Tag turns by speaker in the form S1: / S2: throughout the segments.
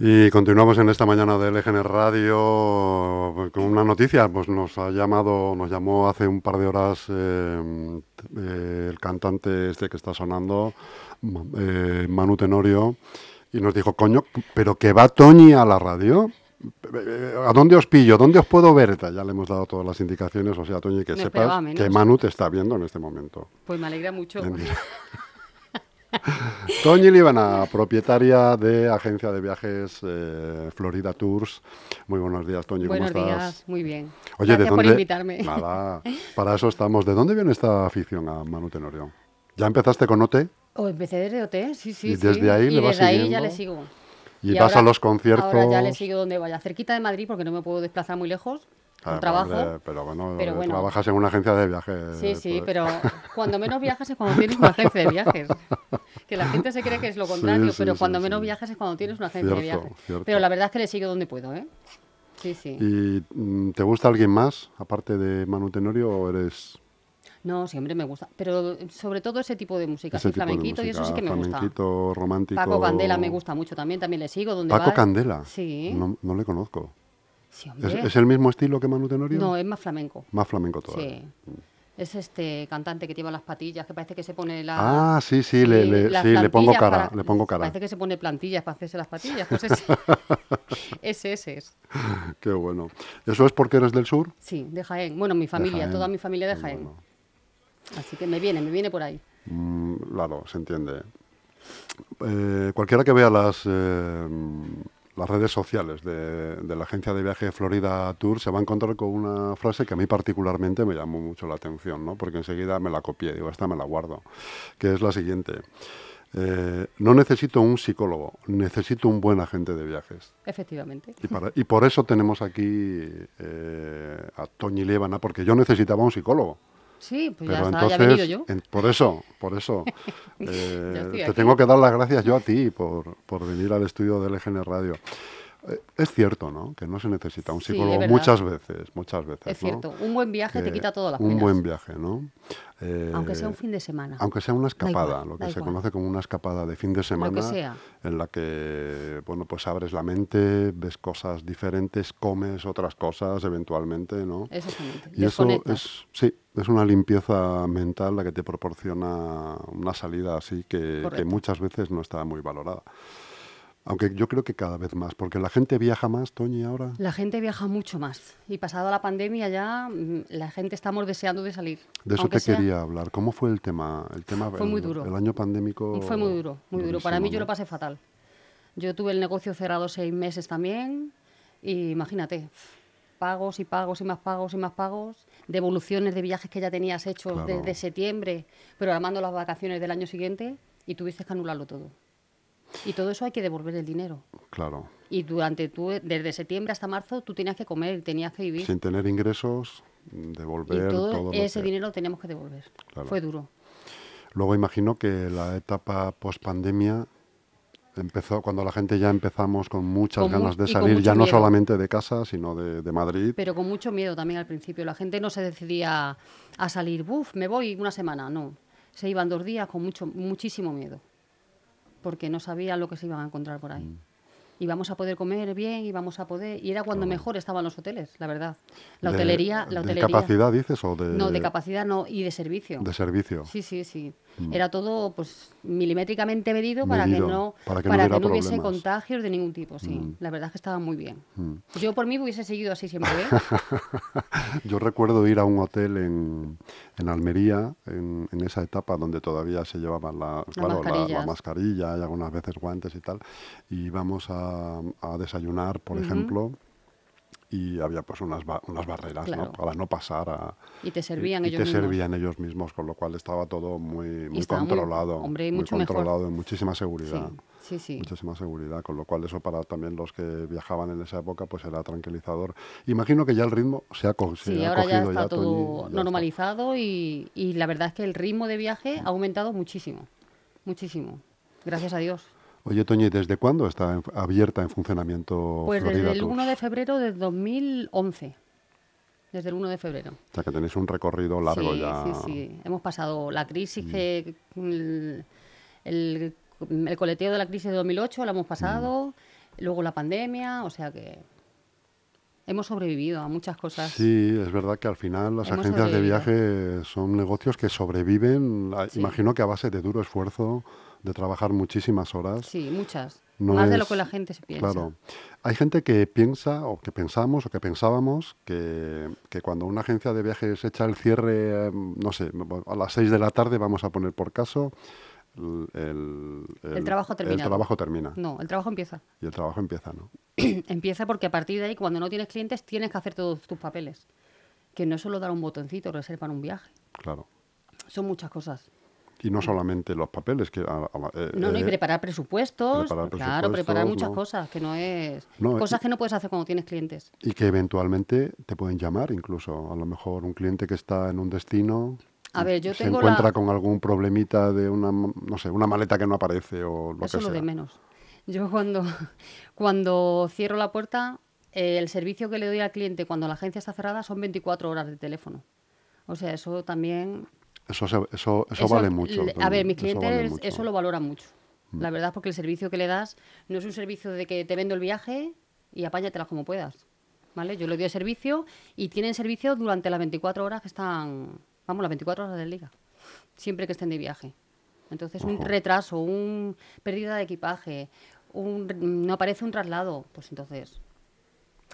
S1: Y continuamos en esta mañana de LGN Radio con una noticia, pues nos ha llamado, nos llamó hace un par de horas eh, eh, el cantante este que está sonando, eh, Manu Tenorio, y nos dijo, coño, pero que va Toñi a la radio. ¿A dónde os pillo? ¿Dónde os puedo ver? Ya le hemos dado todas las indicaciones, o sea, Toñi, que
S2: Me esperaba
S1: sepas
S2: menos.
S1: que Manu te está viendo en este momento.
S2: Pues me alegra mucho.
S1: En directo. Toñi Libana, propietaria de agencia de viajes eh, Florida Tours. Muy buenos días, Toñi, ¿cómo
S2: Buenos
S1: estás?
S2: días, muy bien.
S1: Oye,
S2: Gracias
S1: ¿de dónde?
S2: por invitarme.
S1: Nada, para eso estamos. ¿De dónde viene esta afición a Manu Tenorio? ¿Ya empezaste con OT
S2: O Oh, empecé desde OT, sí, sí.
S1: Y
S2: sí.
S1: desde ahí le
S2: Y
S1: vas
S2: desde ahí
S1: siguiendo.
S2: ya le sigo.
S1: y, vas
S2: ahora-
S1: a los conciertos?
S2: Ahora ya le sigo donde vaya, cerquita de Madrid porque no me puedo desplazar muy lejos.
S1: Ah,
S2: por trabajo.
S1: hombre, pero bueno,
S2: Pero
S1: eh,
S2: bueno.
S1: trabajas en una agencia de viajes.
S2: Sí, sí,
S1: pues.
S2: pero cuando menos viajas es cuando tienes una agencia de viajes. Que la gente se cree que es lo
S1: Sí,
S2: contrario,
S1: sí,
S2: pero
S1: sí,
S2: cuando
S1: sí.
S2: menos viajas es cuando tienes una agencia de
S1: Cierto,
S2: viajes.
S1: cierto.
S2: Pero la verdad es que le sigo donde puedo, ¿eh? Sí, sí.
S1: ¿Y mm, te gusta alguien más, aparte de Manu Tenorio, o eres
S2: No, siempre me gusta. Pero sobre todo ese tipo de música,
S1: ese
S2: así
S1: tipo de
S2: flamenquito, y eso sí
S1: música?
S2: que me gusta.
S1: Flamenquito, romántico...
S2: Paco Candela me gusta mucho también, también le sigo donde
S1: ¿Paco
S2: va.
S1: Candela?
S2: Sí.
S1: No, no le conozco.
S2: Sí,
S1: ¿Es,
S2: hombre.
S1: es el mismo estilo que Manu Tenorio?
S2: No, es más flamenco.
S1: Más flamenco todavía.
S2: Sí. Es este cantante que lleva las patillas, que parece que se pone la
S1: Ah, sí, sí, le, le-
S2: las
S1: sí, le pongo
S2: plantillas
S1: cara,
S2: para-
S1: le pongo cara.
S2: Parece que se pone plantillas para hacerse las patillas. Pues ese, ese, ese es.
S1: Qué bueno. ¿Eso es porque eres del sur?
S2: Sí, de Jaén. Bueno, mi familia,
S1: Jaén.
S2: toda mi familia de
S1: Qué
S2: Jaén.
S1: bueno.
S2: Así que me viene, me viene por ahí.
S1: Mm, claro, se entiende. Eh, cualquiera que vea las, eh, las redes sociales de, de la agencia de viaje Florida Tour se va a encontrar con una frase que a mí particularmente me llamó mucho la atención, ¿no? porque enseguida me la copié, digo, esta me la guardo, que es la siguiente. Eh, no necesito un psicólogo, necesito un buen agente de viajes.
S2: Efectivamente.
S1: Y, para- y por eso tenemos aquí eh, a Toñi Lévana, porque yo necesitaba un psicólogo.
S2: Sí, pues ya
S1: pero
S2: está, ya he venido
S1: entonces,
S2: yo.
S1: en- por eso, por eso, eh,
S2: Ya estoy
S1: te
S2: aquí.
S1: tengo que dar las gracias yo a ti por, por venir al estudio de LGN Radio. Eh, Es cierto, ¿no? Que no se necesita un
S2: Sí,
S1: psicólogo
S2: es verdad.
S1: muchas veces, muchas veces.
S2: Es
S1: ¿no?
S2: cierto. Un buen viaje te
S1: Que
S2: quita todas las
S1: Un
S2: penas.
S1: buen viaje, ¿no? Eh,
S2: Aunque sea un fin de semana.
S1: aunque sea una escapada,
S2: igual,
S1: lo
S2: da
S1: que se
S2: igual.
S1: conoce como una escapada de fin de semana,
S2: sea.
S1: en la que bueno pues abres la mente, ves cosas diferentes, comes otras cosas eventualmente, ¿no?
S2: Exactamente.
S1: y eso
S2: desconectas.
S1: es sí, es una limpieza mental la que te proporciona una salida así que, que
S2: Correcto.
S1: muchas veces no está muy valorada. Aunque yo creo que cada vez más, porque la gente viaja más, Toñi, ahora.
S2: La gente viaja mucho más y pasado la pandemia ya mm, la gente estamos deseando de salir.
S1: De eso
S2: Aunque
S1: te
S2: sea-
S1: quería hablar. ¿Cómo fue el tema? El tema
S2: Fue muy
S1: el-
S2: duro.
S1: El año pandémico.
S2: mm, Fue muy duro, muy duro. Para mí
S1: durísimo,
S2: yo lo
S1: ¿no?
S2: pasé fatal. Yo tuve el negocio cerrado seis meses también y imagínate, pagos y pagos y más pagos y más pagos, devoluciones de viajes que ya tenías hechos
S1: Claro.
S2: desde septiembre, programando las vacaciones del año siguiente y tuviste que anularlo todo. Y todo eso hay que devolver el dinero.
S1: Claro.
S2: Y durante tú, desde septiembre hasta marzo tú tenías que comer, tenías que vivir.
S1: sin tener ingresos, mm, devolver
S2: y todo,
S1: todo lo
S2: ese
S1: que-
S2: dinero lo teníamos que devolver.
S1: Claro.
S2: Fue duro.
S1: Luego imagino que la etapa post pandemia empezó cuando la gente ya empezamos con muchas
S2: Con mu-
S1: ganas de
S2: y con
S1: salir,
S2: mucho
S1: ya no
S2: miedo.
S1: solamente de casa, sino de, de Madrid.
S2: Pero con mucho miedo también al principio. La gente no se decidía a salir, buf, me voy una semana, no. Se iban dos días con mucho, muchísimo miedo. Porque no sabían lo que se iban a encontrar por
S1: Mm.
S2: ahí. Y vamos a poder comer bien, y vamos a poder. Y era cuando mejor estaban los hoteles, la verdad. La
S1: De-
S2: hotelería, la hotelería.
S1: ¿De capacidad dices o de,
S2: No, de capacidad no, y de servicio.
S1: de servicio?
S2: Sí, sí, sí. Era todo pues milimétricamente medido, para que
S1: Mm. Medido,
S2: no
S1: para que no
S2: para
S1: hubiera
S2: que no hubiese
S1: problemas. Mm.
S2: contagios de ningún tipo, sí. La verdad es que estaba muy bien. Yo por mí hubiese seguido así siempre, ¿eh?
S1: Yo recuerdo ir a un hotel en, en Almería, en, en esa etapa donde todavía se llevaban la, claro, la- la,
S2: mascarillas.
S1: mascarilla y algunas veces guantes y tal, y íbamos a, a desayunar, por ejemplo, y había pues unas, ba- unas barreras ¿no?
S2: Claro.
S1: para no pasar a...
S2: Y te servían
S1: y- y
S2: ellos
S1: te
S2: mismos.
S1: servían ellos mismos, con lo cual estaba todo muy, muy
S2: estaba muy-
S1: controlado,
S2: hombre, y
S1: muy
S2: mucho mejor.
S1: controlado, y muchísima
S2: Sí,
S1: seguridad.
S2: sí, sí.
S1: Muchísima seguridad, con lo cual eso para también los que viajaban en esa época pues era tranquilizador. Imagino que ya el ritmo se ha, co- se
S2: Sí,
S1: ha
S2: ahora ya
S1: cogido
S2: está
S1: Toñi, ya
S2: todo
S1: está.
S2: normalizado y, y la verdad es que el ritmo de viaje
S1: Mm.
S2: ha aumentado muchísimo, muchísimo. Gracias a Dios.
S1: Oye Toñi, ¿desde cuándo está en- abierta en funcionamiento
S2: Pues
S1: Oh, Florida
S2: desde el
S1: Tours?
S2: 1 de febrero de 2011. Desde el 1 de febrero.
S1: O sea que tenéis un recorrido largo
S2: sí,
S1: ya.
S2: Sí, sí, hemos pasado la crisis que el, el- el coleteo de la crisis de 2008 la hemos pasado,
S1: Mm.
S2: Luego la pandemia, o sea que hemos sobrevivido a muchas cosas.
S1: Sí, es verdad que al final las
S2: Hemos
S1: agencias de
S2: sobrevivido.
S1: viaje son negocios que sobreviven, a-
S2: Sí.
S1: imagino que a base de duro esfuerzo, de trabajar muchísimas horas.
S2: Sí, muchas.
S1: No
S2: Más de
S1: es-
S2: lo que la gente se piensa.
S1: Claro. Hay gente que piensa, o que pensamos, o que pensábamos, que, que cuando una agencia de viajes echa el cierre, eh, no sé, a las 6 de la tarde, vamos a poner por caso, el, el-
S2: El trabajo Mm. terminado.
S1: trabajo termina.
S2: No, el trabajo empieza.
S1: Y el trabajo empieza, ¿no?
S2: empieza porque a partir de ahí, cuando no tienes clientes, tienes que hacer todos tus papeles. Que no es solo dar un botoncito, reservar un viaje.
S1: Claro.
S2: Son muchas cosas.
S1: Y no solamente los papeles, que... a- a- eh,
S2: Mm. No, no, y
S1: eh,
S2: preparar presupuestos,
S1: preparar
S2: claro, preparar
S1: presupuestos,
S2: muchas
S1: ¿no?
S2: cosas, que no es...
S1: No,
S2: cosas
S1: y-
S2: que no puedes hacer cuando tienes clientes.
S1: y que eventualmente te pueden llamar incluso. A lo mejor un cliente que está en un destino
S2: A ver, yo
S1: se
S2: tengo la-
S1: encuentra con algún problemita de una, m- no sé, una maleta que no aparece o lo
S2: Eso
S1: que
S2: es lo
S1: sea.
S2: de menos. Yo cuando, cuando cierro la puerta, eh, el servicio que le doy al cliente cuando la agencia está cerrada son 24 horas de teléfono. O sea, eso también...
S1: Eso, se- eso, eso, vale mucho.
S2: le- A
S1: Toñi,
S2: ver, mis
S1: eso
S2: clientes
S1: vale
S2: eso,
S1: mucho. Mm.
S2: lo valoran mucho. La verdad, porque el servicio que le das no es un servicio de que te vendo el viaje y apáñatelas como puedas. ¿Vale? Yo le doy el servicio y tienen servicio durante las 24 horas que están. Vamos, las 24 horas del día. Siempre que estén de viaje. Entonces, un
S1: Ojo.
S2: retraso, un pérdida de equipaje, un, no aparece un traslado. Pues entonces,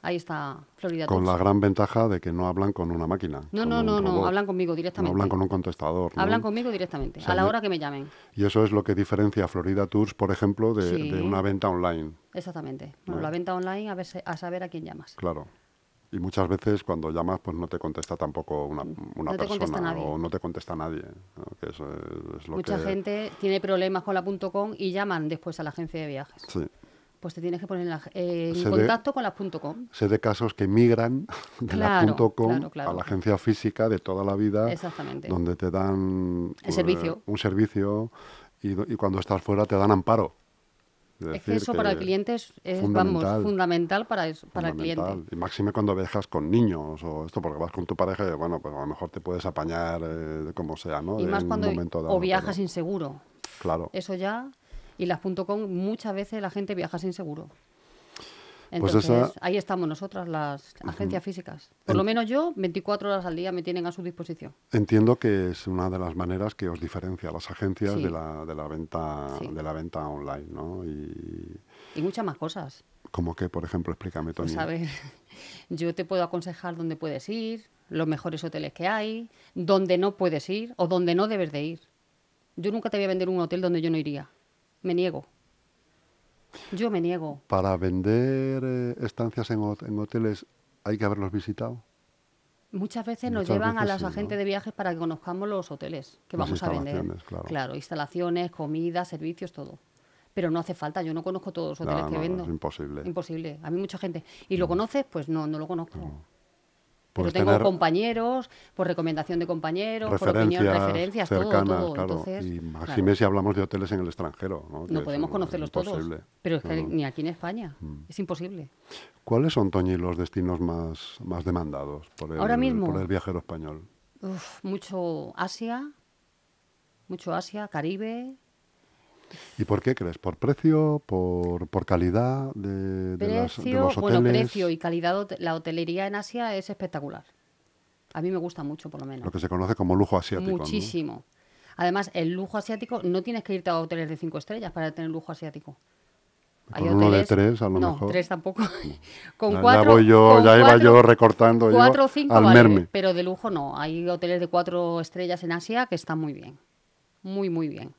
S2: ahí está Florida
S1: Con
S2: Tours.
S1: la gran ventaja de que no hablan con una máquina.
S2: No,
S1: con
S2: no,
S1: un
S2: no, no.
S1: robot.
S2: Hablan conmigo
S1: No
S2: directamente.
S1: hablan con un contestador. ¿no?
S2: Hablan conmigo directamente,
S1: sea,
S2: a la
S1: no-
S2: hora que me llamen.
S1: Y eso es lo que diferencia a Florida Tours, por ejemplo, de,
S2: Sí.
S1: de una venta online.
S2: Exactamente. Bueno,
S1: Vale.
S2: la venta online a, ver, se- a saber a quién llamas.
S1: Claro. Y muchas veces cuando llamas, pues no te contesta tampoco una, una
S2: No te contesta
S1: persona
S2: nadie.
S1: o no te contesta nadie. ¿no? Que eso es, es lo
S2: Mucha
S1: que-
S2: gente tiene problemas con la .com y llaman después a la agencia de viajes.
S1: Sí.
S2: Pues te tienes que poner en, la- en
S1: Se ve-
S2: contacto con la .com.
S1: Sé de casos que migran de la
S2: Claro,
S1: punto .com
S2: claro, claro.
S1: a la agencia física de toda la vida,
S2: Exactamente.
S1: donde te dan pues,
S2: El servicio.
S1: un servicio y, do- y cuando estás fuera te dan amparo.
S2: Es que eso para el cliente es, es, vamos, fundamental para, es- para el cliente.
S1: Fundamental. Y máxime cuando viajas con niños o esto, porque vas con tu pareja y bueno, pues a lo mejor te puedes apañar eh, como sea, ¿no?
S2: Y
S1: En
S2: más
S1: un
S2: cuando
S1: momento dado,
S2: o viajas
S1: pero-
S2: inseguro.
S1: Claro.
S2: Eso ya. Y las .com muchas veces la gente viaja sin seguro.
S1: Pues
S2: Entonces,
S1: esa-
S2: ahí estamos nosotras, las agencias físicas. Por lo menos yo, 24 horas al día me tienen a su disposición.
S1: Entiendo que es una de las maneras que os diferencia a las agencias
S2: Sí.
S1: de, la, de, la venta,
S2: Sí.
S1: de la venta online, ¿no? Y
S2: Y muchas más cosas.
S1: como que, por ejemplo, explícame, Tony.
S2: Pues a ver, yo te puedo aconsejar dónde puedes ir, los mejores hoteles que hay, dónde no puedes ir o dónde no debes de ir. Yo nunca te voy a vender un hotel donde yo no iría. Me niego. Yo me niego.
S1: Para vender eh, estancias en, hot- en hoteles hay que haberlos visitado.
S2: Muchas veces nos
S1: Muchas
S2: llevan a
S1: veces
S2: las
S1: sí, ¿no?
S2: agentes de viajes para que conozcamos los hoteles que
S1: Las
S2: vamos a vender.
S1: instalaciones, claro.
S2: instalaciones, comida, servicios, todo. Pero no hace falta, yo no conozco todos los hoteles
S1: No,
S2: que
S1: no, no,
S2: vendo.
S1: es imposible.
S2: Imposible. A mí mucha gente. ¿Y lo conoces? Pues no, no lo conozco.
S1: Puedes
S2: Pero tengo
S1: tener
S2: compañeros, por recomendación de compañeros, por opinión, referencias,
S1: cercanas,
S2: todo, todo.
S1: claro.
S2: Entonces,
S1: y
S2: claro,
S1: máxime si hablamos de hoteles en el extranjero. No, Que
S2: no
S1: eso
S2: podemos
S1: es
S2: conocerlos
S1: imposible. Mm.
S2: todos. Pero es que
S1: No, no.
S2: ni aquí en España. Es imposible.
S1: ¿Cuáles son, Toñi, los destinos más, más demandados por el,
S2: Ahora mismo.
S1: por el viajero español?
S2: Uf, mucho Asia, mucho Asia, Caribe,
S1: ¿Y por qué crees? ¿Por precio? ¿Por, por calidad de, de las- de
S2: precio,
S1: los hoteles?
S2: bueno, precio y calidad. hot- La hotelería en Asia es espectacular. A mí me gusta mucho, por lo menos.
S1: Lo que se conoce como lujo asiático. ¿no?
S2: Muchísimo. Además, el lujo asiático, no tienes que irte a hoteles de cinco estrellas para tener lujo asiático.
S1: Con Pues uno de tres, a lo
S2: no,
S1: mejor.
S2: tres tampoco. con
S1: Ya- ya
S2: cuatro.
S1: voy yo-
S2: con
S1: ya iba
S2: cuatro-
S1: yo recortando, yo
S2: Cuatro o cinco
S1: al
S2: vale,
S1: merme.
S2: pero de lujo no. Hay hoteles de cuatro estrellas en Asia que están muy bien. Muy, muy bien.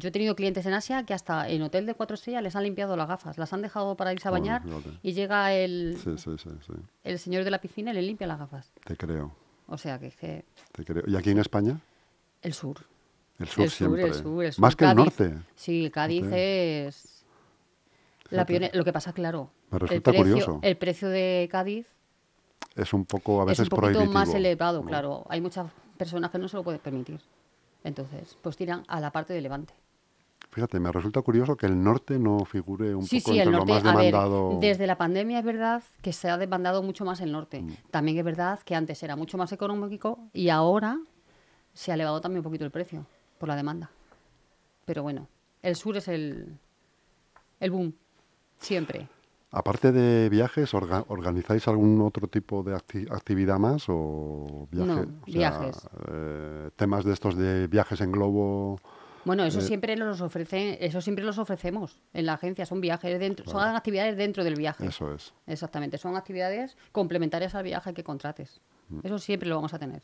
S2: Yo he tenido clientes en Asia que hasta en hotel de cuatro estrellas les han limpiado las gafas, las han dejado para irse a
S1: Joder,
S2: bañar
S1: fíjate.
S2: y llega el,
S1: Sí, sí, sí, sí.
S2: el señor de la piscina y le limpia las gafas.
S1: Te creo,
S2: O sea que, es que
S1: te creo. ¿Y aquí en España?
S2: el sur.
S1: El sur
S2: el sur,
S1: siempre.
S2: el sur, el sur.
S1: Más que el
S2: Cádiz.
S1: norte.
S2: Sí, Cádiz es la
S1: Fíjate.
S2: pionera. Lo que pasa, claro,
S1: Me
S2: el
S1: resulta
S2: precio,
S1: curioso.
S2: el precio de Cádiz
S1: Es un poco, a
S2: es
S1: veces,
S2: un poquito
S1: prohibitivo.
S2: más elevado,
S1: ¿no?
S2: claro. Hay muchas personas que no se lo pueden permitir. Entonces, pues tiran a la parte de Levante.
S1: Fíjate, me resulta curioso que el norte no figure un
S2: Sí,
S1: poco
S2: sí, el
S1: entre
S2: norte.
S1: lo más
S2: a ver,
S1: demandado.
S2: desde la pandemia es verdad que se ha demandado mucho más el norte.
S1: Mm.
S2: También es verdad que antes era mucho más económico y ahora se ha elevado también un poquito el precio por la demanda. Pero bueno, el sur es el, el boom. Siempre.
S1: Aparte de viajes, orga- ¿organizáis algún otro tipo de acti- actividad más o viaje-
S2: No,
S1: o sea,
S2: viajes.
S1: eh, temas de estos de viajes en globo.
S2: Bueno, eso
S1: Eh,
S2: siempre los ofrecen, eso siempre los ofrecemos en la agencia, son viajes dentro, son actividades dentro del viaje.
S1: Eso es.
S2: Exactamente, son actividades complementarias al viaje que contrates.
S1: Mm.
S2: Eso siempre lo vamos a tener.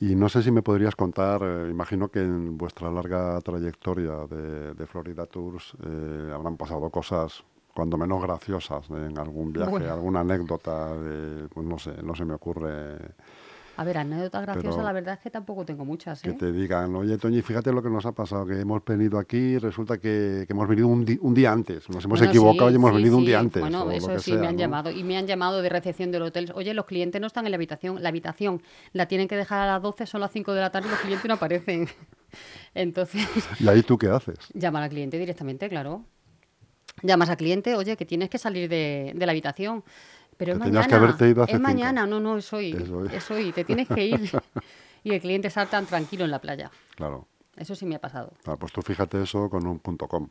S1: Y no sé si me podrías contar, eh, imagino que en vuestra larga trayectoria de, de Florida Tours eh, habrán pasado cosas cuando menos graciosas en algún viaje,
S2: Bueno.
S1: alguna anécdota, de- pues no sé, no se me ocurre
S2: A ver, anécdotas graciosas,
S1: Pero-
S2: la verdad es que tampoco tengo muchas.
S1: que
S2: ¿eh?
S1: te digan, oye Toñi, fíjate lo que nos ha pasado, que hemos venido aquí y resulta que, que hemos venido un, di- un día antes, nos hemos
S2: Bueno,
S1: equivocado y
S2: sí,
S1: hemos
S2: sí,
S1: venido un
S2: sí.
S1: día antes. o
S2: Bueno,
S1: lo
S2: eso
S1: que
S2: sí,
S1: sea,
S2: me han
S1: ¿no?
S2: llamado. Y me han llamado de recepción del hotel. Oye, los clientes no están en la habitación. La habitación la tienen que dejar a las 12, son las 5 de la tarde y los clientes no aparecen. Entonces,
S1: ¿Y ahí tú qué haces?
S2: llamar al cliente directamente, claro. Llamas al cliente, oye, que tienes que salir de, de la habitación. Pero
S1: Que
S2: es
S1: tenías
S2: mañana.
S1: que haberte ido hace
S2: es
S1: cinco.
S2: mañana, no, no, es hoy.
S1: Es hoy.
S2: Es hoy, te tienes que ir. Y el cliente está tan tranquilo en la playa.
S1: Claro,
S2: Eso sí me ha pasado.
S1: Ah, pues tú fíjate eso con un punto com.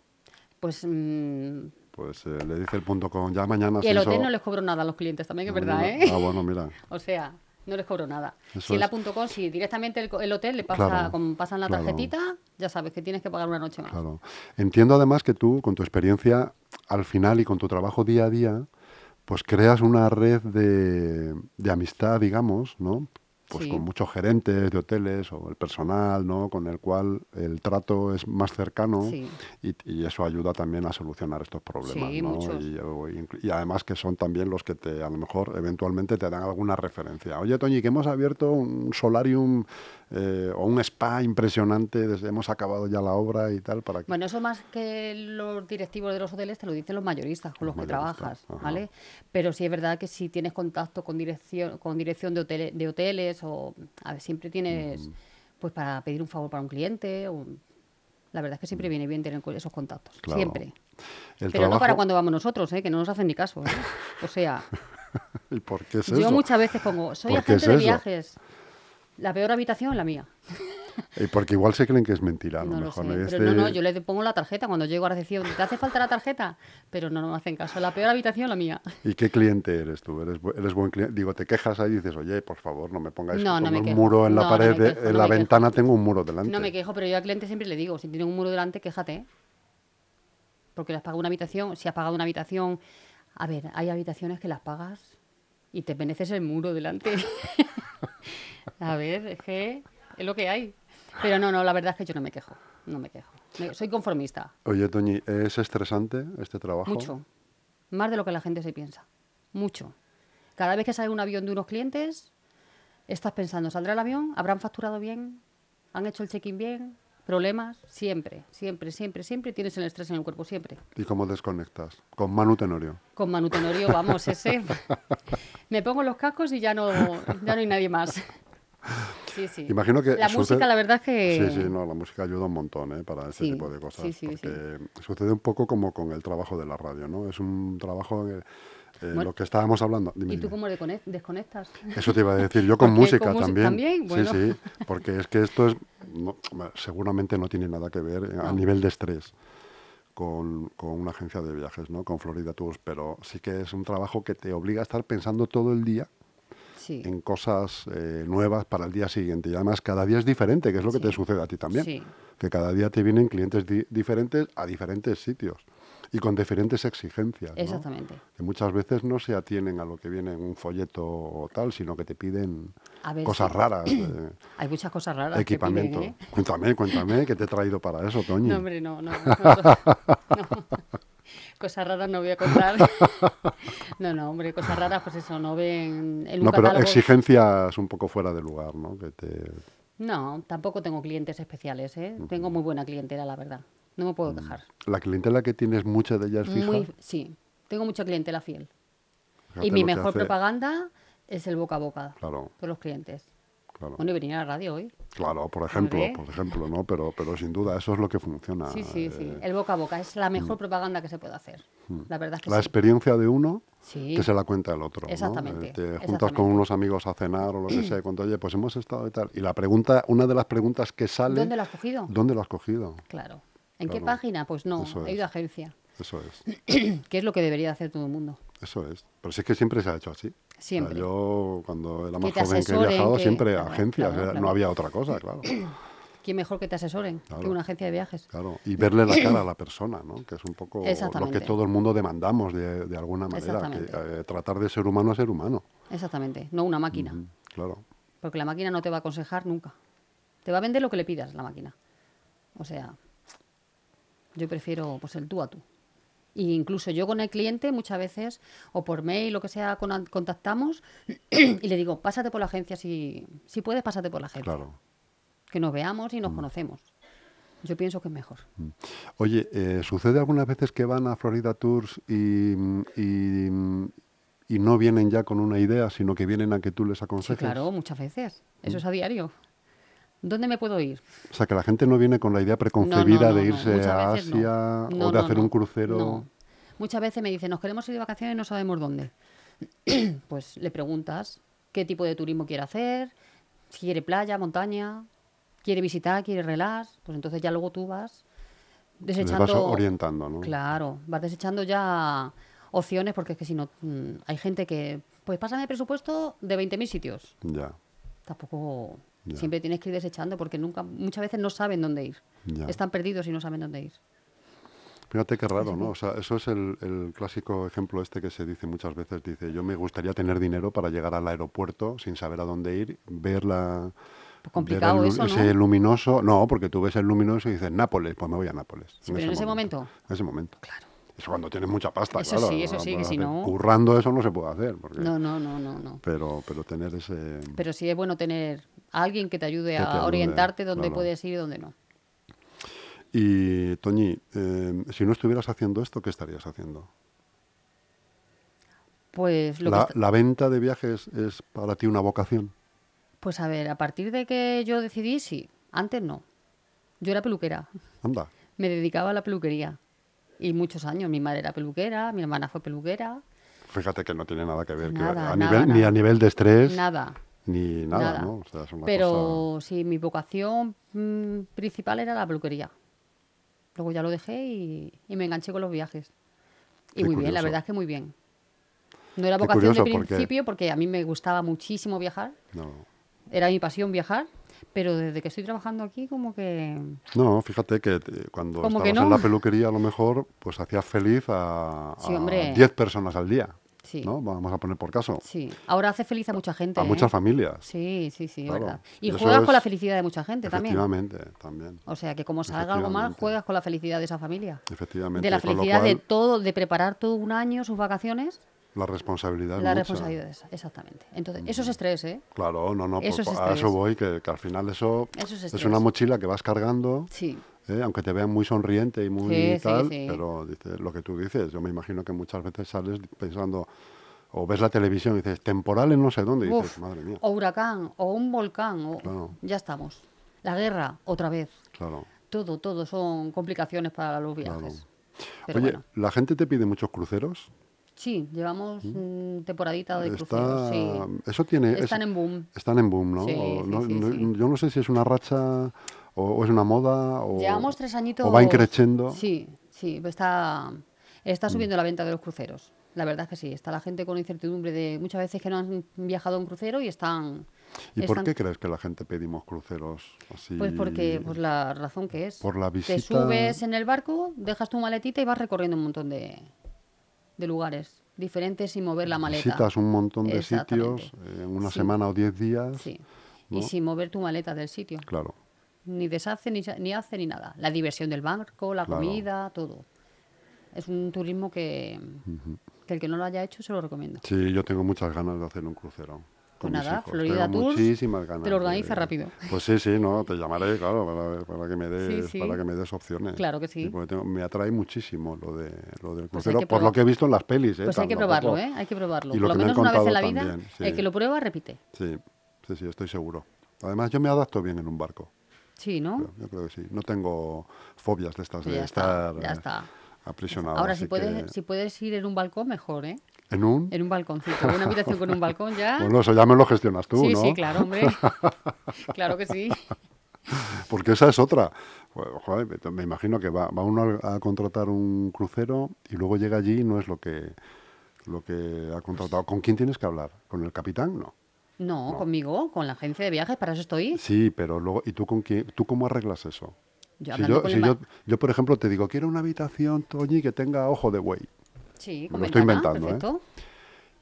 S2: Pues mm,
S1: Pues eh, le dice el punto com, ya mañana
S2: y
S1: se
S2: el
S1: hizo-
S2: hotel no les cobró nada a los clientes también, que es verdad,
S1: Mañana-
S2: ¿eh?
S1: Ah, bueno, mira.
S2: O sea, no les cobro nada.
S1: Eso
S2: si en la
S1: es.
S2: punto com, si directamente el, co- el hotel le pasa,
S1: Claro,
S2: como pasan la
S1: claro.
S2: tarjetita, ya sabes que tienes que pagar una noche más.
S1: Claro. Entiendo además que tú, con tu experiencia al final y con tu trabajo día a día, pues creas una red de, de amistad, digamos, ¿no? Pues
S2: Sí.
S1: con muchos gerentes de hoteles o el personal, ¿no? Con el cual el trato es más cercano
S2: Sí.
S1: y, y eso ayuda también a solucionar estos problemas,
S2: Sí,
S1: ¿no?
S2: muchos.
S1: Y, o inclu- y además que son también los que te, a lo mejor, eventualmente te dan alguna referencia. Oye, Toñi, que hemos abierto un solarium eh, o un spa impresionante, desde, hemos acabado ya la obra y tal, para que...
S2: Bueno, eso más que los directivos de los hoteles te lo dicen los mayoristas con los,
S1: Los
S2: que
S1: mayoristas,
S2: trabajas,
S1: ajá.
S2: ¿vale? Pero sí es verdad que si tienes contacto con dirección, con dirección de, hotele- de hoteles o a ver, siempre tienes pues para pedir un favor para un cliente o- la verdad es que siempre viene bien tener co- esos contactos,
S1: Claro.
S2: siempre.
S1: El
S2: Pero no para
S1: trabajo-
S2: cuando vamos nosotros, ¿eh? que no nos hacen ni caso. ¿eh? O sea,
S1: ¿Y por qué es
S2: Yo
S1: eso?
S2: muchas veces pongo, soy
S1: ¿Por qué
S2: agente
S1: es
S2: de
S1: eso?
S2: viajes. La peor habitación, la mía.
S1: Y porque igual se creen que es mentira, a lo
S2: No lo sé.
S1: mejor.
S2: Pero
S1: Este-
S2: no, no, yo le pongo la tarjeta cuando llego a la recepción. ¿Te hace falta la tarjeta? Pero no, no me hacen caso. La peor habitación, la mía.
S1: ¿Y qué cliente eres tú? ¿Eres, bu- eres buen cliente? Digo, te quejas ahí y dices, oye, por favor, no me pongáis
S2: No, no
S1: pongo
S2: me
S1: un
S2: quejo.
S1: muro en la
S2: No, no me
S1: pared, de-
S2: quejo,
S1: en
S2: no
S1: la
S2: me quejo.
S1: ventana tengo un muro delante.
S2: No me quejo, pero yo al cliente siempre le digo, si tiene un muro delante, quéjate. Porque le has pagado una habitación. Si has pagado una habitación... A ver, hay habitaciones que las pagas y te mereces el muro delante. a ver, es que es lo que hay. Pero no, no, la verdad es que yo no me quejo. No me quejo. Me- Soy conformista.
S1: Oye, Toñi, ¿es estresante este trabajo?
S2: Mucho. Más de lo que la gente se piensa. Mucho. Cada vez que sale un avión de unos clientes, estás pensando, ¿saldrá el avión? ¿Habrán facturado bien? ¿Han hecho el check-in bien? ¿Problemas? Siempre, siempre, siempre, siempre tienes el estrés en el cuerpo, siempre.
S1: ¿Y cómo desconectas? Con Manu Tenorio.
S2: Con Manu Tenorio, vamos, ese. Me pongo los cascos y ya no, ya no hay nadie más. Sí, sí.
S1: Imagino que
S2: la
S1: sucede-
S2: música, la verdad es que...
S1: Sí, sí, no, la música ayuda un montón ¿eh? para este
S2: Sí,
S1: tipo de cosas.
S2: sí, sí,
S1: porque sucede un poco como con el trabajo de la radio, ¿no? Es un trabajo que... eh,
S2: Bueno,
S1: lo que estábamos hablando. Dime,
S2: ¿Y
S1: dime.
S2: tú cómo descone- desconectas?
S1: Eso te iba a decir, yo con
S2: Porque
S1: música
S2: con música
S1: también.
S2: también, bueno.
S1: Sí, sí, porque es que esto es, no, bueno, seguramente no tiene nada que ver eh, a
S2: No.
S1: nivel de estrés con, con una agencia de viajes, ¿no? Con Florida Tours, pero sí que es un trabajo que te obliga a estar pensando todo el día
S2: Sí.
S1: en cosas eh, nuevas para el día siguiente. Y además cada día es diferente, que es lo que
S2: Sí.
S1: te sucede a ti también.
S2: Sí.
S1: Que cada día te vienen clientes di- diferentes a diferentes sitios y con diferentes exigencias. ¿no?
S2: Exactamente.
S1: que muchas veces no se atienen a lo que viene en un folleto o tal, sino que te piden
S2: A ver,
S1: cosas
S2: Pues sí.
S1: raras, eh,
S2: Hay muchas cosas raras. que piden,
S1: equipamiento.
S2: ¿eh?
S1: Cuéntame, cuéntame, que te he traído para eso, Toñi.
S2: No, hombre, no, no. no, no. Cosas raras no voy a contar. No, no, hombre, cosas raras, pues eso, no ven en un
S1: No, pero
S2: catálogo.
S1: exigencias un poco fuera de lugar, ¿no? Que te...
S2: No, tampoco tengo clientes especiales, ¿eh? Tengo muy buena clientela, la verdad. No me
S1: Mm.
S2: puedo quejar.
S1: La clientela que tienes, mucha de ellas fija.
S2: Muy, sí, tengo mucha clientela fiel.
S1: fíjate
S2: y mi
S1: lo que
S2: mejor
S1: hace.
S2: propaganda es el boca a boca
S1: Claro,
S2: por los clientes.
S1: claro.
S2: Bueno, y venir a la radio hoy.
S1: Claro, por ejemplo,
S2: Hombre.
S1: por ejemplo, ¿no? Pero, pero sin duda eso es lo que funciona.
S2: Sí, sí, sí.
S1: eh,
S2: El boca a boca es la mejor propaganda que se puede hacer. La verdad es que
S1: Mm. La
S2: sí.
S1: experiencia de uno
S2: Sí.
S1: que se la cuenta el otro. ¿no?
S2: Exactamente,
S1: Eh, Te juntas
S2: exactamente.
S1: con unos amigos a cenar o lo que sea y cuando, oye, pues hemos estado y tal. Y la pregunta, una de las preguntas que sale,
S2: ¿Dónde lo has cogido?
S1: ¿dónde lo has cogido?
S2: Claro. ¿En qué
S1: Claro.
S2: página? Pues no,
S1: Eso
S2: he ido a
S1: es.
S2: agencia.
S1: Eso es,
S2: que es lo que debería hacer todo el mundo.
S1: eso es. Pero sí es que siempre se ha hecho así. O sea,
S2: Siempre.
S1: yo, cuando era más
S2: te
S1: joven que he
S2: asesoren,
S1: viajado,
S2: que-
S1: siempre
S2: claro,
S1: agencias,
S2: claro,
S1: era- no
S2: claro.
S1: había otra cosa, claro.
S2: ¿Quién mejor que te asesoren que
S1: Claro.
S2: una agencia de viajes?
S1: Claro, y verle la cara a la persona, ¿no? Que es un poco lo que
S2: Exactamente.
S1: todo el mundo demandamos de, de alguna manera, que,
S2: Exactamente.
S1: eh, tratar de ser humano a ser humano.
S2: Exactamente, no una máquina.
S1: Claro,
S2: Porque la máquina no te va a aconsejar nunca. Te va a vender lo que le pidas la máquina. O sea, yo prefiero pues el tú a tú. Y incluso yo con el cliente muchas veces, o por mail, lo que sea, con- contactamos y le digo, pásate por la agencia, si, si puedes, pásate por la agencia.
S1: claro. Mm.
S2: Que nos veamos y nos conocemos. Yo pienso que es mejor.
S1: Oye, eh, ¿sucede algunas veces que van a Florida Tours y, mm, y, mm, y no vienen ya con una idea, sino que vienen a que tú les
S2: Sí,
S1: aconsejes?
S2: claro, muchas veces.
S1: Mm.
S2: Eso es a diario. ¿Dónde me puedo ir?
S1: O sea, que la gente no viene con la idea preconcebida
S2: no,
S1: de
S2: no, no.
S1: irse
S2: Muchas
S1: a
S2: veces no.
S1: Asia
S2: No,
S1: o de
S2: no,
S1: hacer
S2: no.
S1: un crucero.
S2: No. Muchas veces me dicen, nos queremos ir de vacaciones y no sabemos dónde. pues le preguntas qué tipo de turismo quiere hacer, si quiere playa, montaña, quiere visitar, quiere relax. Pues entonces ya luego tú vas
S1: Les
S2: desechando.
S1: vas orientando, ¿no?
S2: Claro, vas desechando ya opciones porque es que si no, mm, hay gente que, pues pásame el presupuesto de 20.000 sitios.
S1: Ya.
S2: Tampoco.
S1: Ya.
S2: Siempre tienes que ir desechando porque nunca, muchas veces no saben dónde ir.
S1: Ya.
S2: Están perdidos y no saben dónde ir.
S1: Fíjate qué
S2: Pues
S1: raro, ¿no? O sea, eso es el, el clásico ejemplo este que se dice muchas veces. Dice, yo me gustaría tener dinero para llegar al aeropuerto sin saber a dónde ir, ver la...
S2: Pues complicado
S1: ver el lu-
S2: eso, ¿no?
S1: Ese luminoso... No, porque tú ves el luminoso y dices, Nápoles, pues me voy a Nápoles.
S2: Sí, pero en ese momento.
S1: En ese momento. Claro. Eso cuando tienes mucha pasta,
S2: Eso
S1: claro,
S2: sí, eso
S1: no
S2: sí, que
S1: puedes
S2: si
S1: hacer-
S2: no-
S1: Currando eso no se puede hacer. Porque...
S2: No, no, no, no, no.
S1: Pero, pero tener ese...
S2: Pero sí es bueno tener a alguien que te ayude
S1: te
S2: a
S1: ayude,
S2: orientarte dónde
S1: claro.
S2: puedes ir y dónde no.
S1: Y, Toñi, eh, si no estuvieras haciendo esto, ¿qué estarías haciendo?
S2: Pues lo que
S1: La,
S2: est-
S1: la venta de viajes es para ti una vocación.
S2: pues a ver, a partir de que yo decidí, sí. Antes no. Yo era peluquera.
S1: Anda.
S2: Me dedicaba a la peluquería. Y muchos años. Mi madre era peluquera, mi hermana fue peluquera.
S1: Fíjate que no tiene nada que ver. que
S2: Nada,
S1: a
S2: nada,
S1: nivel, Ni
S2: nada.
S1: a nivel de estrés,
S2: Nada.
S1: ni nada,
S2: nada.
S1: ¿no? O sea, es una cosa-
S2: Pero sí, mi vocación mm, principal era la peluquería. Luego ya lo dejé y, y me enganché con los viajes. Y
S1: Qué
S2: muy bien, la
S1: curioso.
S2: verdad es que muy bien. No era
S1: Qué
S2: vocación
S1: curioso,
S2: de
S1: porque-
S2: principio porque a mí me gustaba muchísimo viajar.
S1: no.
S2: Era mi pasión viajar, pero desde que estoy trabajando aquí como que...
S1: No, fíjate que te- cuando
S2: Como
S1: estabas
S2: que
S1: en
S2: no.
S1: la peluquería, a lo mejor, pues hacías feliz a
S2: Sí,
S1: a
S2: hombre.
S1: 10 personas al día.
S2: Sí.
S1: ¿no? Vamos a poner por caso.
S2: Sí, ahora hace feliz a mucha gente.
S1: A
S2: ¿eh?
S1: muchas familias.
S2: Sí, sí, sí, es
S1: Claro.
S2: verdad. Y
S1: Eso
S2: juegas
S1: es-
S2: con la felicidad de mucha gente también.
S1: Efectivamente, también.
S2: O sea que como salga algo mal,
S1: Efectivamente.
S2: juegas con la felicidad de esa familia.
S1: Efectivamente.
S2: De la
S1: con lo
S2: felicidad de
S1: cual,
S2: todo, de preparar todo un año, sus vacaciones,
S1: La responsabilidad. es
S2: las
S1: mucha.
S2: responsabilidades, exactamente. Entonces,
S1: Mm.
S2: eso es estrés, ¿eh?
S1: Claro, no, no,
S2: Eso
S1: pues
S2: es
S1: a eso
S2: estrés.
S1: voy, que, que al final eso,
S2: Eso es
S1: una
S2: estrés.
S1: mochila que vas cargando,
S2: Sí,
S1: ¿eh? aunque te vean muy sonriente y muy
S2: Sí, sí,
S1: tal,
S2: sí.
S1: pero dice, lo que tú dices, yo me imagino que muchas veces sales pensando, o ves la televisión y dices, temporal en no sé dónde, y dices,
S2: Uf,
S1: madre mía,
S2: o huracán, o un volcán, o
S1: Claro.
S2: ya estamos. La guerra, otra vez.
S1: claro.
S2: Todo, todo son complicaciones para los
S1: Claro.
S2: viajes. Pero
S1: Oye,
S2: bueno,
S1: la gente te pide muchos cruceros.
S2: sí, llevamos mm, temporadita de
S1: Está-
S2: cruceros, sí.
S1: Eso tiene, es-
S2: Están en boom.
S1: están en boom, ¿no?
S2: Sí,
S1: O
S2: sí,
S1: no-
S2: sí,
S1: no-
S2: sí.
S1: Yo no sé si es una racha o, o es una moda o,
S2: Llevamos tres añitos.
S1: o va increciendo.
S2: Sí, sí, está, está
S1: Mm.
S2: subiendo la venta de los cruceros. La verdad es que sí, está la gente con incertidumbre de muchas veces que no han viajado a un crucero y están.
S1: ¿Y por
S2: están-
S1: qué crees que la gente pedimos cruceros así?
S2: Pues porque pues la razón que es.
S1: Por la visita-
S2: Te subes en el barco, dejas tu maletita y vas recorriendo un montón de, de lugares diferentes sin mover la maleta.
S1: Visitas un montón de
S2: Exactamente.
S1: sitios en una
S2: Sí.
S1: semana o diez días.
S2: Sí.
S1: ¿no?
S2: Y sin mover tu maleta del sitio.
S1: Claro.
S2: Ni deshace, ni, sa- ni hace, ni nada. La diversión del barco, la
S1: Claro.
S2: comida, todo. Es un turismo que, que el que no lo haya hecho se lo recomiendo.
S1: Sí, yo tengo muchas ganas de hacer un crucero. con mis
S2: Pues nada,
S1: hijos.
S2: Florida
S1: Tengo
S2: Tours,
S1: muchísimas ganas
S2: te lo organiza
S1: de-
S2: rápido.
S1: Pues sí, sí, no, te llamaré, claro, para, para que me des,
S2: sí.
S1: para que me des opciones.
S2: Claro que sí.
S1: porque tengo- me atrae muchísimo lo de lo del
S2: Pues hay
S1: crucero,
S2: que
S1: por lo
S2: probar-
S1: que he visto en las pelis, ¿eh?
S2: Pues hay que
S1: Tampoco-
S2: probarlo, ¿eh? Hay que probarlo.
S1: Y lo
S2: Por lo
S1: que me han
S2: menos una vez en la
S1: contado
S2: vida,
S1: también, sí.
S2: el que lo prueba repite.
S1: Sí, sí, sí, estoy seguro. Además, yo me adapto bien en un barco.
S2: Sí, ¿no?
S1: creo- Yo creo que sí. No tengo fobias de estas de
S2: Pues ya está,
S1: estar
S2: ya
S1: eh,
S2: está.
S1: aprisionado.
S2: Ahora,
S1: así
S2: si puedes,
S1: que-
S2: si puedes ir en un balcón, mejor, ¿eh?
S1: En un. Pues
S2: En un balconcito. Una habitación con un balcón ya.
S1: Bueno, eso ya me lo gestionas tú,
S2: sí,
S1: ¿no?
S2: sí, claro, hombre. claro que sí.
S1: Porque esa es otra. Joder, me imagino que va, va uno a, a, contratar un crucero y luego llega allí y no es lo que, lo que ha contratado. ¿Con quién tienes que hablar? ¿Con el capitán? No.
S2: No, no. conmigo, con la agencia de viajes, para eso estoy.
S1: Sí, pero luego, ¿y tú, con quién, tú cómo arreglas eso?
S2: Yo,
S1: si
S2: hablando
S1: yo,
S2: con
S1: si
S2: el ma-
S1: yo, yo, por ejemplo, te digo, quiero una habitación, Toñi, que tenga ojo de buey.
S2: Sí,
S1: Me
S2: con
S1: lo estoy
S2: ventana,
S1: inventando, ¿eh?
S2: perfecto.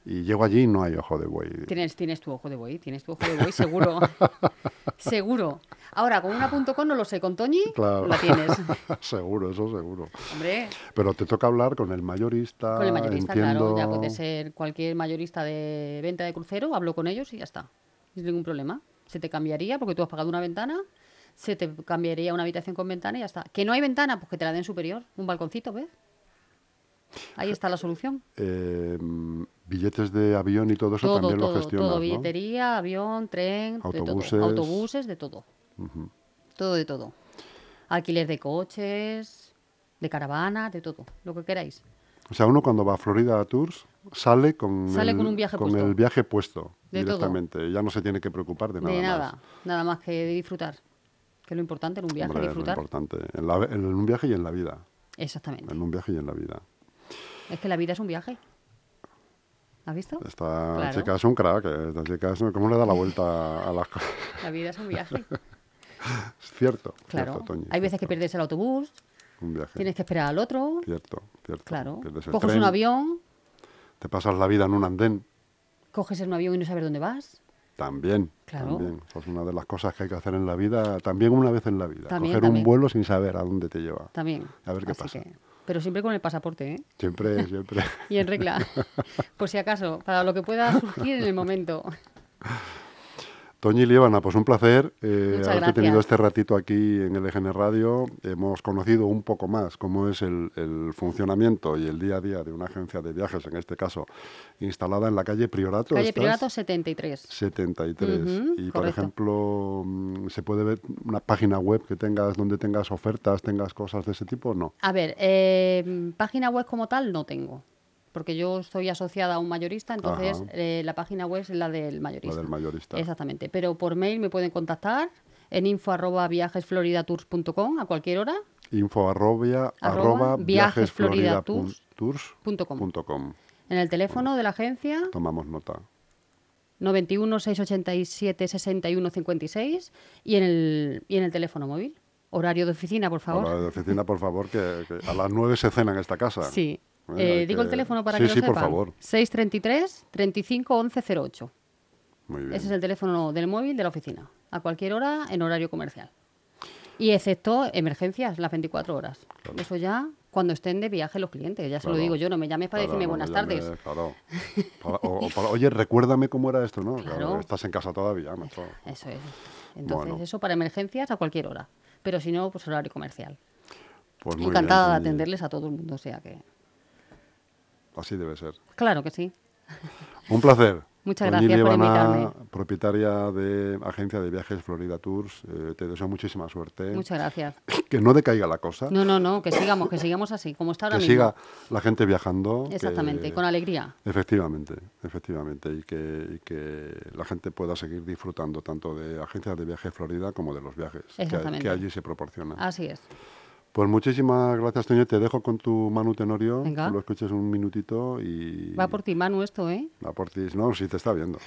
S1: Y llego allí y no hay ojo de buey.
S2: Tienes, tienes tu ojo de buey, tienes tu ojo de buey, seguro. seguro. Ahora, con una punto con no lo sé, con Toñi
S1: Claro.
S2: la tienes.
S1: seguro, eso seguro.
S2: Hombre,
S1: Pero te toca hablar con el mayorista.
S2: con el mayorista,
S1: Ah, entiendo.
S2: claro, ya puede ser cualquier mayorista de venta de crucero, hablo con ellos y ya está. Sin ningún problema. Se te cambiaría porque tú has pagado una ventana, se te cambiaría una habitación con ventana y ya está. Que no hay ventana, pues que te la den superior, un balconcito, ¿ves? Ahí está la solución.
S1: Eh, mm, billetes de avión y todo eso
S2: Todo,
S1: también lo
S2: todo,
S1: gestionas.
S2: todo,
S1: ¿no?
S2: billetería, avión, tren, de
S1: Autobuses.
S2: todo, autobuses, de todo. Todo de todo. Alquiler de coches, de caravana, de todo, lo que queráis.
S1: O sea, uno cuando va a Florida a Tours sale con,
S2: Sale
S1: el,
S2: con un viaje puesto.
S1: el viaje puesto
S2: De todo.
S1: directamente. Y Ya no se tiene que preocupar de nada.
S2: de nada,
S1: Más.
S2: nada más que de disfrutar. Que es lo importante en un viaje,
S1: Hombre, es lo
S2: disfrutar.
S1: importante. En, la- en un viaje y en la vida.
S2: Exactamente.
S1: En un viaje y en la vida.
S2: Es que la vida es un viaje. ¿Has visto?
S1: Esta
S2: Claro.
S1: chica es un crack. eh. Esta chica es, ¿Cómo le da la vuelta a las cosas?
S2: La vida es un viaje.
S1: Es cierto.
S2: Claro.
S1: cierto, Toñi,
S2: Hay veces que
S1: cierto.
S2: pierdes el autobús,
S1: Un viaje.
S2: tienes que esperar al otro.
S1: Cierto, cierto.
S2: Claro.
S1: Pierdes el
S2: Coges
S1: tren,
S2: un avión,
S1: Te pasas la vida en un andén.
S2: coges un avión y no sabes dónde vas.
S1: También,
S2: Claro.
S1: también. Esa es una de las cosas que hay que hacer en la vida, también una vez en la vida.
S2: También,
S1: Coger un
S2: también.
S1: vuelo sin saber a dónde te lleva.
S2: También.
S1: A ver qué
S2: Así
S1: pasa.
S2: que- pero siempre con el pasaporte, ¿eh?
S1: Siempre, siempre.
S2: Y en regla. Por si acaso, para lo que pueda surgir en el momento.
S1: Toñi Líbana, pues un placer eh,
S2: Muchas
S1: haberte
S2: gracias.
S1: tenido este ratito aquí en LGN Radio. Hemos conocido un poco más cómo es el, el funcionamiento y el día a día de una agencia de viajes, en este caso, instalada en la calle Priorato.
S2: Calle
S1: ¿estás?
S2: Priorato 73.
S1: 73.
S2: Ujú,
S1: y por
S2: correcto.
S1: ejemplo, mm, ¿se puede ver una página web que tengas donde tengas ofertas, tengas cosas de ese tipo? No.
S2: A ver, eh, página web como tal no tengo. Porque yo estoy asociada a un mayorista, entonces
S1: Ajá.
S2: eh, la página web es la del mayorista.
S1: La del mayorista.
S2: Exactamente. Pero por mail me pueden contactar en info arroba viajesfloridatours.com a cualquier hora.
S1: Info arrobia-
S2: Arroba
S1: arroba
S2: viajesflorida
S1: viajesflorida tours
S2: punto com.
S1: punto com.
S2: En el teléfono de la agencia
S1: Tomamos nota.
S2: 91 687 61 56 y en el, y en el teléfono móvil. Horario de oficina, por favor.
S1: Hola, de oficina, por favor, que, que a las 9 se cena en esta casa.
S2: Sí.
S1: Eh,
S2: Eh,
S1: hay
S2: digo el
S1: que-
S2: teléfono para
S1: sí,
S2: que lo
S1: sí,
S2: sepan.
S1: por favor.
S2: 633 35 11 08.
S1: Muy bien.
S2: Ese es el teléfono del móvil de la oficina. A cualquier hora, en horario comercial. Y excepto emergencias, las 24 horas. Eso ya cuando estén de viaje los clientes. Ya se
S1: Claro.
S2: lo digo yo, no me llames para
S1: Claro,
S2: decirme
S1: no
S2: buenas
S1: me
S2: tardes.
S1: llames, claro. Para- o- o para, oye, recuérdame cómo era esto, ¿no?
S2: Claro.
S1: estás en casa todavía, macho.
S2: Eso es. Entonces,
S1: Bueno.
S2: eso para emergencias a cualquier hora. Pero si no, pues horario comercial.
S1: Pues muy
S2: Encantada de
S1: bien, Toñi.
S2: atenderles a todo el mundo. O sea que.
S1: Así debe ser.
S2: Claro que sí.
S1: Un placer.
S2: Muchas
S1: Toñi
S2: gracias por
S1: Líbana,
S2: invitarme.
S1: propietaria de agencia de viajes Florida Tours. eh, te deseo muchísima suerte.
S2: Muchas gracias.
S1: Que no decaiga la cosa.
S2: No, no, no, que sigamos, que sigamos así, como está ahora
S1: que
S2: mismo.
S1: siga la gente viajando. que-
S2: Exactamente, con alegría.
S1: Efectivamente, efectivamente. Y que, y que la gente pueda seguir disfrutando tanto de agencias de viajes Florida como de los viajes que- que,
S2: Exactamente. Ah.
S1: allí se proporcionan.
S2: Así es.
S1: Pues muchísimas gracias, Toño. Te dejo con tu Manu Tenorio.
S2: Venga.
S1: Que lo escuches un minutito y...
S2: Va por ti, Manu, esto, ¿eh?
S1: Va por ti. No, sí, te está viendo.